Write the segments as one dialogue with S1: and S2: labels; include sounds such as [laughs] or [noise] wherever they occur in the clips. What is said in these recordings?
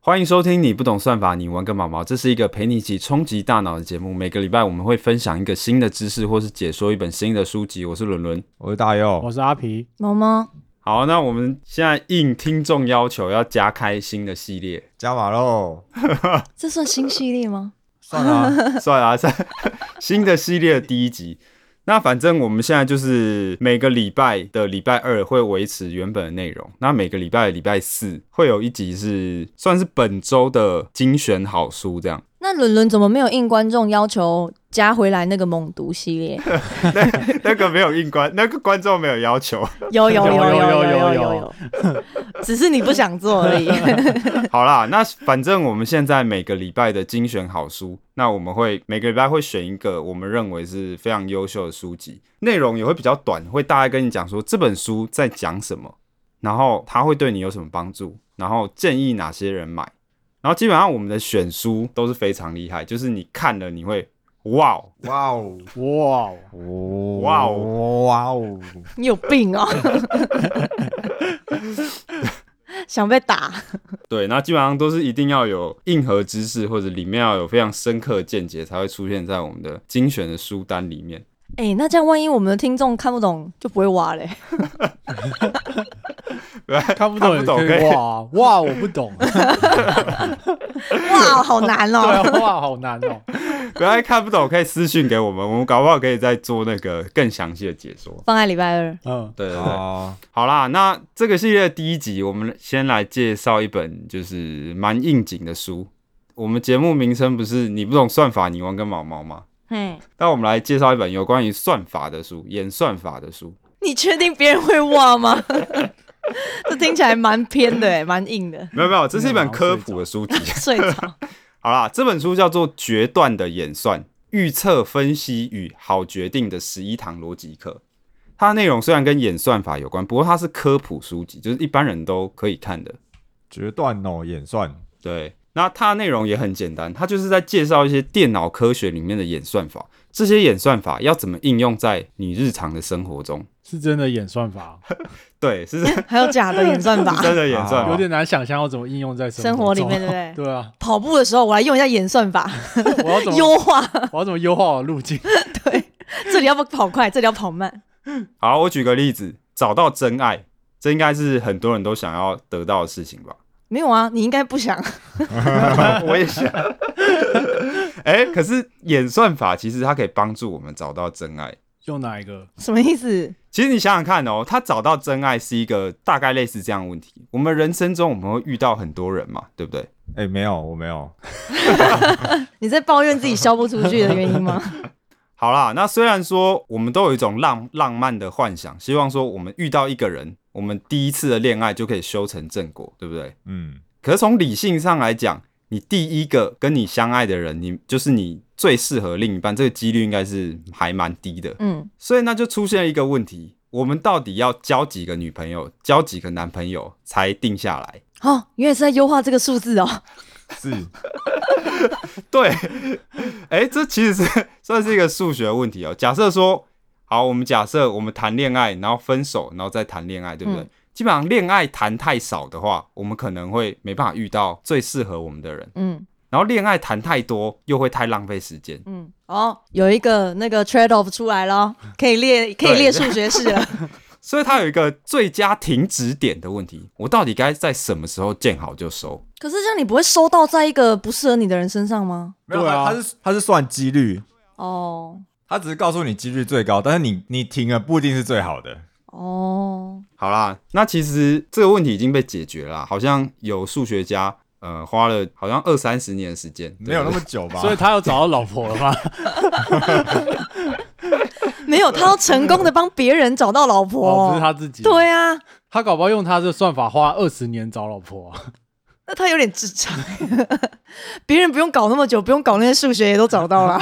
S1: 欢迎收听，你不懂算法，你玩个毛毛。这是一个陪你一起冲击大脑的节目。每个礼拜我们会分享一个新的知识，或是解说一本新的书籍。我是伦伦。
S2: 我是大
S1: 哦
S2: 佑，
S3: 我是阿皮，
S4: 毛毛，
S1: 好，那我们现在应听众要求要加开新的系
S2: [laughs]
S1: 列，
S2: 加码喽，
S4: 这算新系列吗？
S2: 算了，
S1: 算啊，算 [laughs] 新的系列的第一集。那反正我们现在就是每个礼拜的礼拜二会维持原本的内容，那每个礼拜的礼拜四会有一集是算是本周的精选好书这样。
S4: 那伦伦怎么没有应观众要求加回来那个猛毒系
S3: [laughs]
S4: 列？
S1: 那个没有硬观，那个观众没有要求。
S4: 有有
S3: 有有
S4: 有
S3: 有有
S4: 有有， [laughs] 只是你不想做
S3: [laughs]
S4: 而已。
S1: 好啦，那反正我们现在每个礼拜的精选好书，那我们会每个礼拜会选一个我们认为是非常优秀的书籍，内容也会比较短，会大概跟你讲说这本书在讲什么，然后它会对你有什么帮助，然后建议哪些人买，然后基本上我们的选书都是非常厉害，就是你看了你会哇哦，
S2: [laughs] 哇哦，
S3: 哇
S1: 哇
S3: 哦，
S2: 哇
S1: 哦
S2: 哦，哇哦，
S4: 你有病哦！想被打？
S1: 对，那基本上都是一定要有硬核知识或者里面要有非常深刻的见解才会出现在我们的精选的书单里面。
S4: 哎、那这样万一我们的听众看不懂，就不会挖嘞。
S3: 看不懂也
S1: 看不懂
S3: 可
S1: 可以
S3: 以哇哇，我不 [laughs]
S4: [laughs]
S3: 懂，对
S4: 哇，好难
S3: 啊
S4: 哦！
S3: 哇，好难哦，
S1: 本来看不懂可以私信给我们，我们搞不好可以再做那个更详细的解说。
S4: [laughs] 放在礼拜二，
S3: 嗯，
S1: 对对对，
S2: 好，
S1: 好啦，那这个系列的第一集，我们先来介绍一本就是蛮应景的书。我们节目名称不是你不懂算法，你玩个毛毛吗？
S4: 嘿，
S1: 那我们来介绍一本有关于算法的书，演算法的书。
S4: 你确定别人会
S3: [laughs]
S4: 挖吗？这听起来蛮偏的，哎，蛮硬的。
S1: 没有没有，啊这是一本科普的书籍。
S4: 睡着，
S1: 好啦，这本书叫做《决断的演算：预测、分析与好决定的十一堂逻辑课》。它的内容虽然跟演算法有关，不过它是科普书籍，就是一般人都可以看的。
S2: 决断哦，演算，
S1: 对，那它的内容也很简单，它就是在介绍一些电脑科学里面的演算法，这些演算法要怎么应用在你日常的生活中。
S3: 是真的演算法，啊
S1: 对，是真
S4: 还有假的演算法
S1: 是，真的演算
S2: 好
S1: 法，
S3: 有点难想象要怎么应用在
S4: 生活里
S3: 中
S4: 面，对不对？
S3: 对
S4: [laughs]
S3: 啊，
S4: 跑步的时候，我来用一下演算法，
S3: 我要怎么
S4: 优化。 [laughs]
S3: 我要怎么优化我的路径？ [laughs]
S4: 这里要不跑快，这里要跑慢。
S1: 好，我举个例子，找到真爱，这应该是很多人都想要得到的事情吧。
S4: 没有啊，你应该不想。 [laughs]
S1: [laughs] 我也想。哎、可是演算法其实它可以帮助我们找到真爱。
S3: 用哪一个？
S4: 什么意思？
S1: 其实你想想看哦，他找到真爱是一个大概类似这样的问题。我们人生中我们会遇到很多人嘛，对不对？
S2: 哎，没有，我没有，
S4: 你在抱怨自己销不出去的原因 [laughs] 吗？
S1: 好啦，那虽然说我们都有一种浪浪漫的幻想，希望说我们遇到一个人，我们第一次的恋爱就可以修成正果，对不对？
S2: 嗯，
S1: 可是从理性上来讲，你第一个跟你相爱的人，你就是你最适合另一半，这个几率应该是还蛮低的。
S4: 嗯，
S1: 所以那就出现了一个问题：我们到底要交几个女朋友，交几个男朋友才定下来？
S4: 哦，原来是在优化这个数字哦。
S3: [laughs]
S2: 是，
S1: [laughs] 对， [laughs] 哎、这其实是 [laughs] 算是一个数学问题哦。假设说，好，我们假设我们谈恋爱，然后分手，然后再谈恋爱，对不对？
S4: 嗯
S1: 基本上恋爱谈太少的话，我们可能会没办法遇到最适合我们的人。
S4: 嗯
S1: 然后恋爱谈太多，又会太浪费时间。
S4: 嗯，哦，有一个那个 trade off 出来咯，可以列可以列数学式了。
S1: 所以它有一个最佳停止点的问题：我到底该在什么时候见好就收？
S4: [laughs] 可是这样你不会收到在一个不适合你的人身上吗？
S2: 没有，
S3: 对啊
S2: 他他是他是算几率，
S4: 哦
S2: 他只是告诉你几率最高，但是你你停了不一定是最好的，
S4: 哦，
S1: 好啦，那其实这个问题已经被解决了啦，好像有数学家呃花了好像二三十年的时间，对
S2: 没有那
S1: 对
S2: 么久吧？
S3: 所以他有找到老婆了吗？
S4: 没有，他要成功的帮别人找到老
S3: 哦，
S4: 婆。
S3: 不是他自己，
S4: 对啊，
S3: 他搞不好用他这算法花二十年找老婆啊， [laughs]
S4: 那他有点智障。 [laughs] 别人不用搞那么久，不用搞那些数学也都找到了。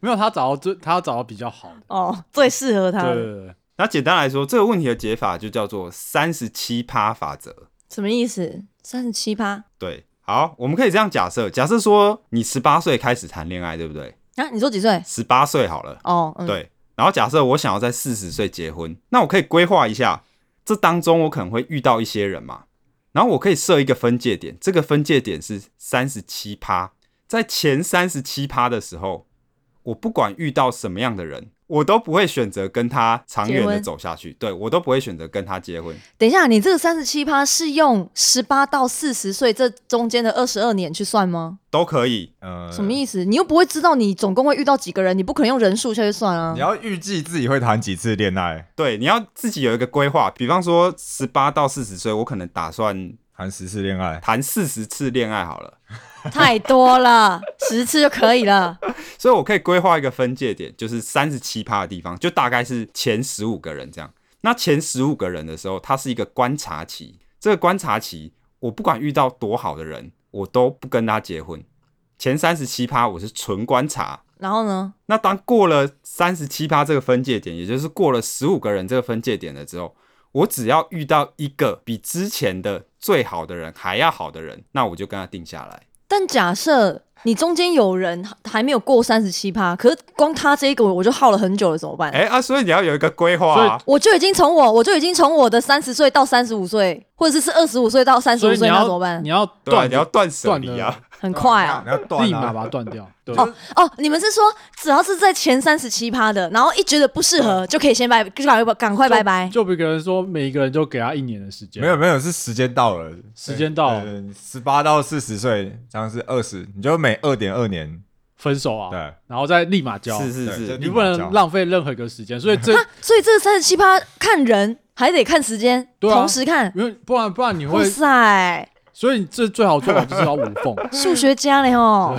S3: 没有，他找到最，他找到比较好的，
S4: 哦，最适合他
S3: 对
S4: 的
S3: 对对对，
S1: 那简单来说，这个问题的解法就叫做三十七趴法则。
S4: 什么意思？三十七趴
S1: 对，好，我们可以这样假设，假设说你十八岁开始谈恋爱，对不对？
S4: 啊？你说几岁？
S1: 十八岁好了，
S4: 哦，嗯，
S1: 对。然后假设我想要在四十岁结婚，那我可以规划一下，这当中我可能会遇到一些人嘛。然后我可以设一个分界点，这个分界点是三十七趴，在前三十七趴的时候，我不管遇到什么样的人，我都不会选择跟他长远
S4: 结
S1: 的
S4: 婚
S1: 走下去，对我都不会选择跟他结婚。
S4: 等一下，你这个三十七趴是用十八到四十岁这中间的二十二年去算吗？
S1: 都可以，
S2: 呃，
S4: 什么意思？你又不会知道你总共会遇到几个人，你不可能用人数下去
S2: [laughs]
S4: 算啊
S2: 你。要预计自己会谈几次恋爱，
S1: 对，你要自己有一个规划。比方说，十八到四十岁，我可能打算
S2: 谈十次恋爱，
S1: 谈四十次恋爱好了，
S4: 太多了，十次就可以了。
S1: 所以我可以规划一个分界点，就是三十七趴的地方，就大概是前十五个人这样。那前十五个人的时候，它是一个观察期。这个观察期，我不管遇到多好的人，我都不跟他结婚。前三十七趴我是纯观察，
S4: 然后呢？
S1: 那当过了三十七趴这个分界点，也就是过了十五个人这个分界点了之后，我只要遇到一个比之前的最好的人还要好的人，那我就跟他定下来。
S4: 但假设你中间有人还没有过三十七趴，可是光他这一个我就耗了很久了，怎么办？
S1: 哎、啊，所以你要有一个规划、
S3: 呃所以
S1: 啊。
S4: 我就已经从我，我就已经从我的三十岁到三十五岁，或者是是二十五岁到三十
S3: 所
S4: 五
S3: 以你
S4: 岁，那怎么
S3: 要
S4: 办
S3: 你？要
S1: 对啊，
S3: 断
S1: 你要断舍
S3: 断
S1: 离
S3: 的
S1: 啊！
S4: 很快啊！
S2: 你要断
S3: 立马
S2: 啊，
S3: 把它断掉。对，
S4: 哦哦，你们是说只要是在前三十七趴的，然后一觉得不适合就可以先拜，就赶快赶快拜拜。
S3: 嗯就每个人说，每一个人就给他一年的时间，
S2: 没有没有，是时间到了，
S3: 时间到了
S2: 十八到四十岁，这样是二十，你就每二点二年，
S3: 分手啊，
S2: 对，
S3: 然后再立马交，
S1: 是是
S2: 对
S1: 是
S2: 就，
S3: 你不能浪费任何一个时间，所以 [laughs] 这
S4: 那所以这三十七趴看人还得看时间，
S3: 对啊
S4: 同时看。
S3: 因为不然不然你
S4: 哇
S3: 会，
S4: 塞，
S3: 所以你这最好做法就是要无 [laughs] 缝，
S4: 数学家嘞
S3: [laughs]
S4: 哦！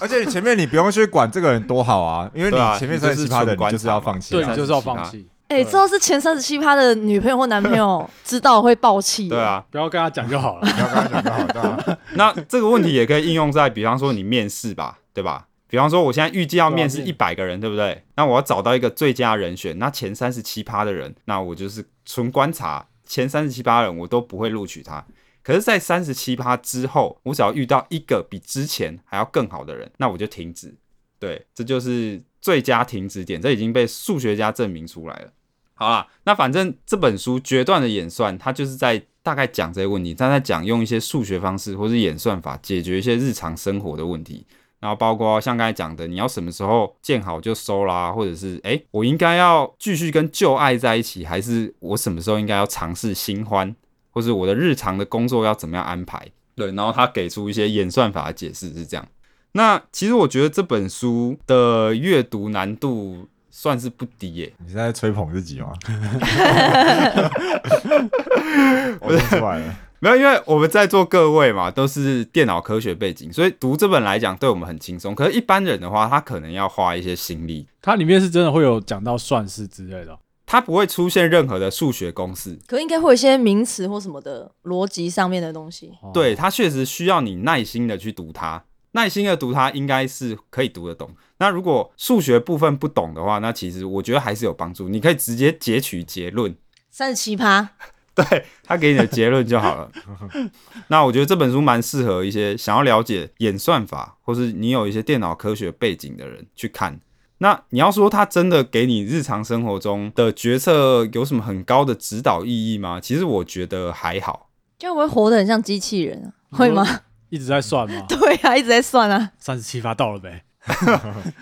S2: 而且前面你不用去管这个人多
S1: [laughs]
S2: 好啊，因为
S1: 对啊
S2: 你前面
S1: 你就
S2: 三
S1: 是
S2: 十趴的，
S1: 纯
S2: 你
S1: 观
S2: 就是要
S1: 察嘛
S2: 放弃
S3: 对
S2: 啊，
S3: 你就是要放弃，
S4: 哎、
S3: 对
S4: 知道是前三十七趴的女朋友或男
S3: [laughs]
S4: 朋友知道会爆气。
S1: 对，啊。
S3: 不要跟他讲就 [laughs] 好了。
S2: 你要跟他讲就好，对啊
S1: 那这个问题也可以应用在，比方说你面试吧，对吧？比方说我现在预计要面试
S3: 对啊
S1: 一
S3: 面
S1: 百个人，对不对？那我要找到一个最佳人选，那前三十七趴的人，那我就是纯观察，前三十七趴人我都不会录取他。可是，在三十七趴之后，我只要遇到一个比之前还要更好的人，那我就停止。对，这就是最佳停止点，这已经被数学家证明出来了。好啦，那反正这本书《决断的演算》，它就是在大概讲这些问题，它在讲用一些数学方式或是演算法解决一些日常生活的问题，然后包括像刚才讲的，你要什么时候见好就收啦，或者是诶，我应该要继续跟旧爱在一起，还是我什么时候应该要尝试新欢，或是我的日常的工作要怎么样安排？对，然后他给出一些演算法的解释是这样。那其实我觉得这本书的阅读难度算是不低耶、
S2: 你是在吹捧自己吗？我听出来了，
S1: 没有，因为我们在座各位嘛，都是电脑科学背景，所以读这本来讲对我们很轻松。可是，一般人的话，他可能要花一些心力，
S3: 它里面是真的会有讲到算式之类的，
S1: 他不会出现任何的数学公式。
S4: 可应该会有一些名词或什么的逻辑上面的东西。
S3: 哦
S1: 对，他确实需要你耐心的去读它，耐心的读它应该是可以读得懂。那如果数学部分不懂的话，那其实我觉得还是有帮助。你可以直接截取结论，
S4: 三十七趴，
S1: [laughs] 对他给你的结论就好了。 [laughs] 那我觉得这本书蛮适合一些想要了解演算法，或是你有一些电脑科学背景的人去看。那你要说它真的给你日常生活中的决策有什么很高的指导意义吗？其实我觉得还好。
S4: 这样我会活得很像机器人啊？会吗？，
S3: 一直在算嘛
S4: [laughs] 对啊，一直在算啊。
S3: [laughs] 三十七发到了没？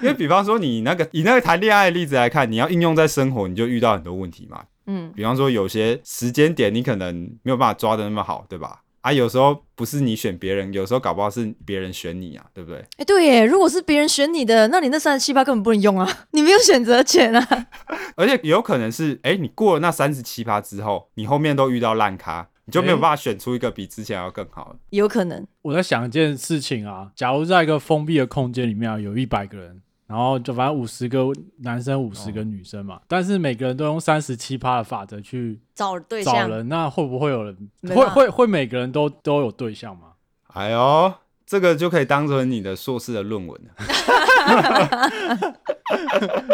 S1: 因为比方说你那个以那个谈恋爱的例子来看，你要应用在生活，你就遇到很多问题嘛。
S4: 嗯，
S1: 比方说有些时间点你可能没有办法抓的那么好，对吧？啊，有时候不是你选别人，有时候搞不好是别人选你啊，对不对？
S4: 哎、对耶，如果是别人选你的，那你那三十七趴根本不能用啊， [laughs] 你没有选择权啊。
S1: 而且有可能是，哎、你过了那三十七趴之后，你后面都遇到烂咖，你就没有办法选出一个比之前要更好的。
S4: [laughs] 有可能，
S3: 我在想一件事情啊，假如在一个封闭的空间里面、啊、有一百个人，然后就反正五十个男生五十个女生嘛，但是每个人都用三十七趴的法则去
S4: 找对
S3: 找
S4: 象
S3: 人，那会不会有人
S4: 没
S3: 会
S4: 办法
S3: 会会每个人都都有对象吗？
S1: 哎呦，这个就可以当成你的硕士的论文了。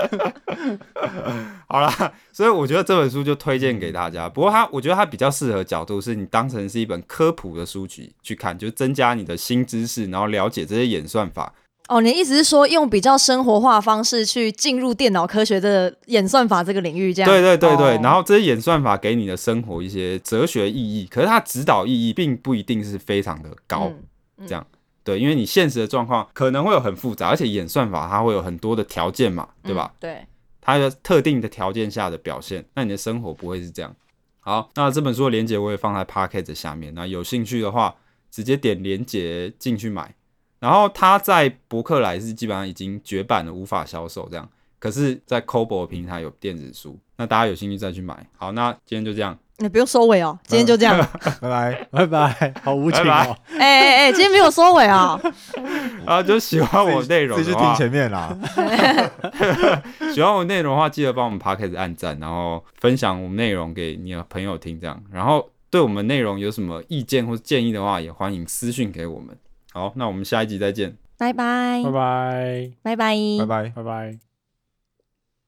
S1: [laughs] 好啦，所以我觉得这本书就推荐给大家。不过它，我觉得它比较适合角度是你当成是一本科普的书籍去看，就增加你的新知识，然后了解这些演算法。
S4: 哦，你的意思是说用比较生活化的方式去进入电脑科学的演算法这个领域，这样？
S1: 对对对对，
S4: 哦
S1: 然后这些演算法给你的生活一些哲学意义，可是它指导意义并不一定是非常的高，
S4: 嗯
S1: 这样。对，因为你现实的状况可能会有很复杂，而且演算法它会有很多的条件嘛，对吧？？
S4: 嗯对，
S1: 它的特定的条件下的表现，那你的生活不会是这样。好，那这本书的链接我也放在 p a c k a g e 下面，那有兴趣的话直接点链接进去买。然后它在博客来是基本上已经绝版了，无法销售这样。可是，在 Kobo 平台有电子书，那大家有兴趣再去买。好，那今天就这
S2: [laughs]
S1: 样，
S4: 你不用收尾哦，今天
S1: [laughs]
S4: 就这样。
S2: 拜拜。
S3: 拜拜，好无情
S1: 拜
S3: 哦。
S4: 哎哎哎，今天没有收尾 [laughs] 啊！
S1: 啊，就喜欢我内容
S2: 自己
S1: 的
S2: 去听
S1: 话，
S2: 前面啦。
S1: 喜欢我内容的话，记得帮我们 p a c k a g e 按赞，然后分享我们内容给你的朋友听，这样。然后对我们内容有什么意见或建议的话，也欢迎私讯给我们。好，那我们下一集再见。
S4: 拜拜
S3: 拜拜，
S4: 拜拜
S2: 拜拜。
S3: 拜拜。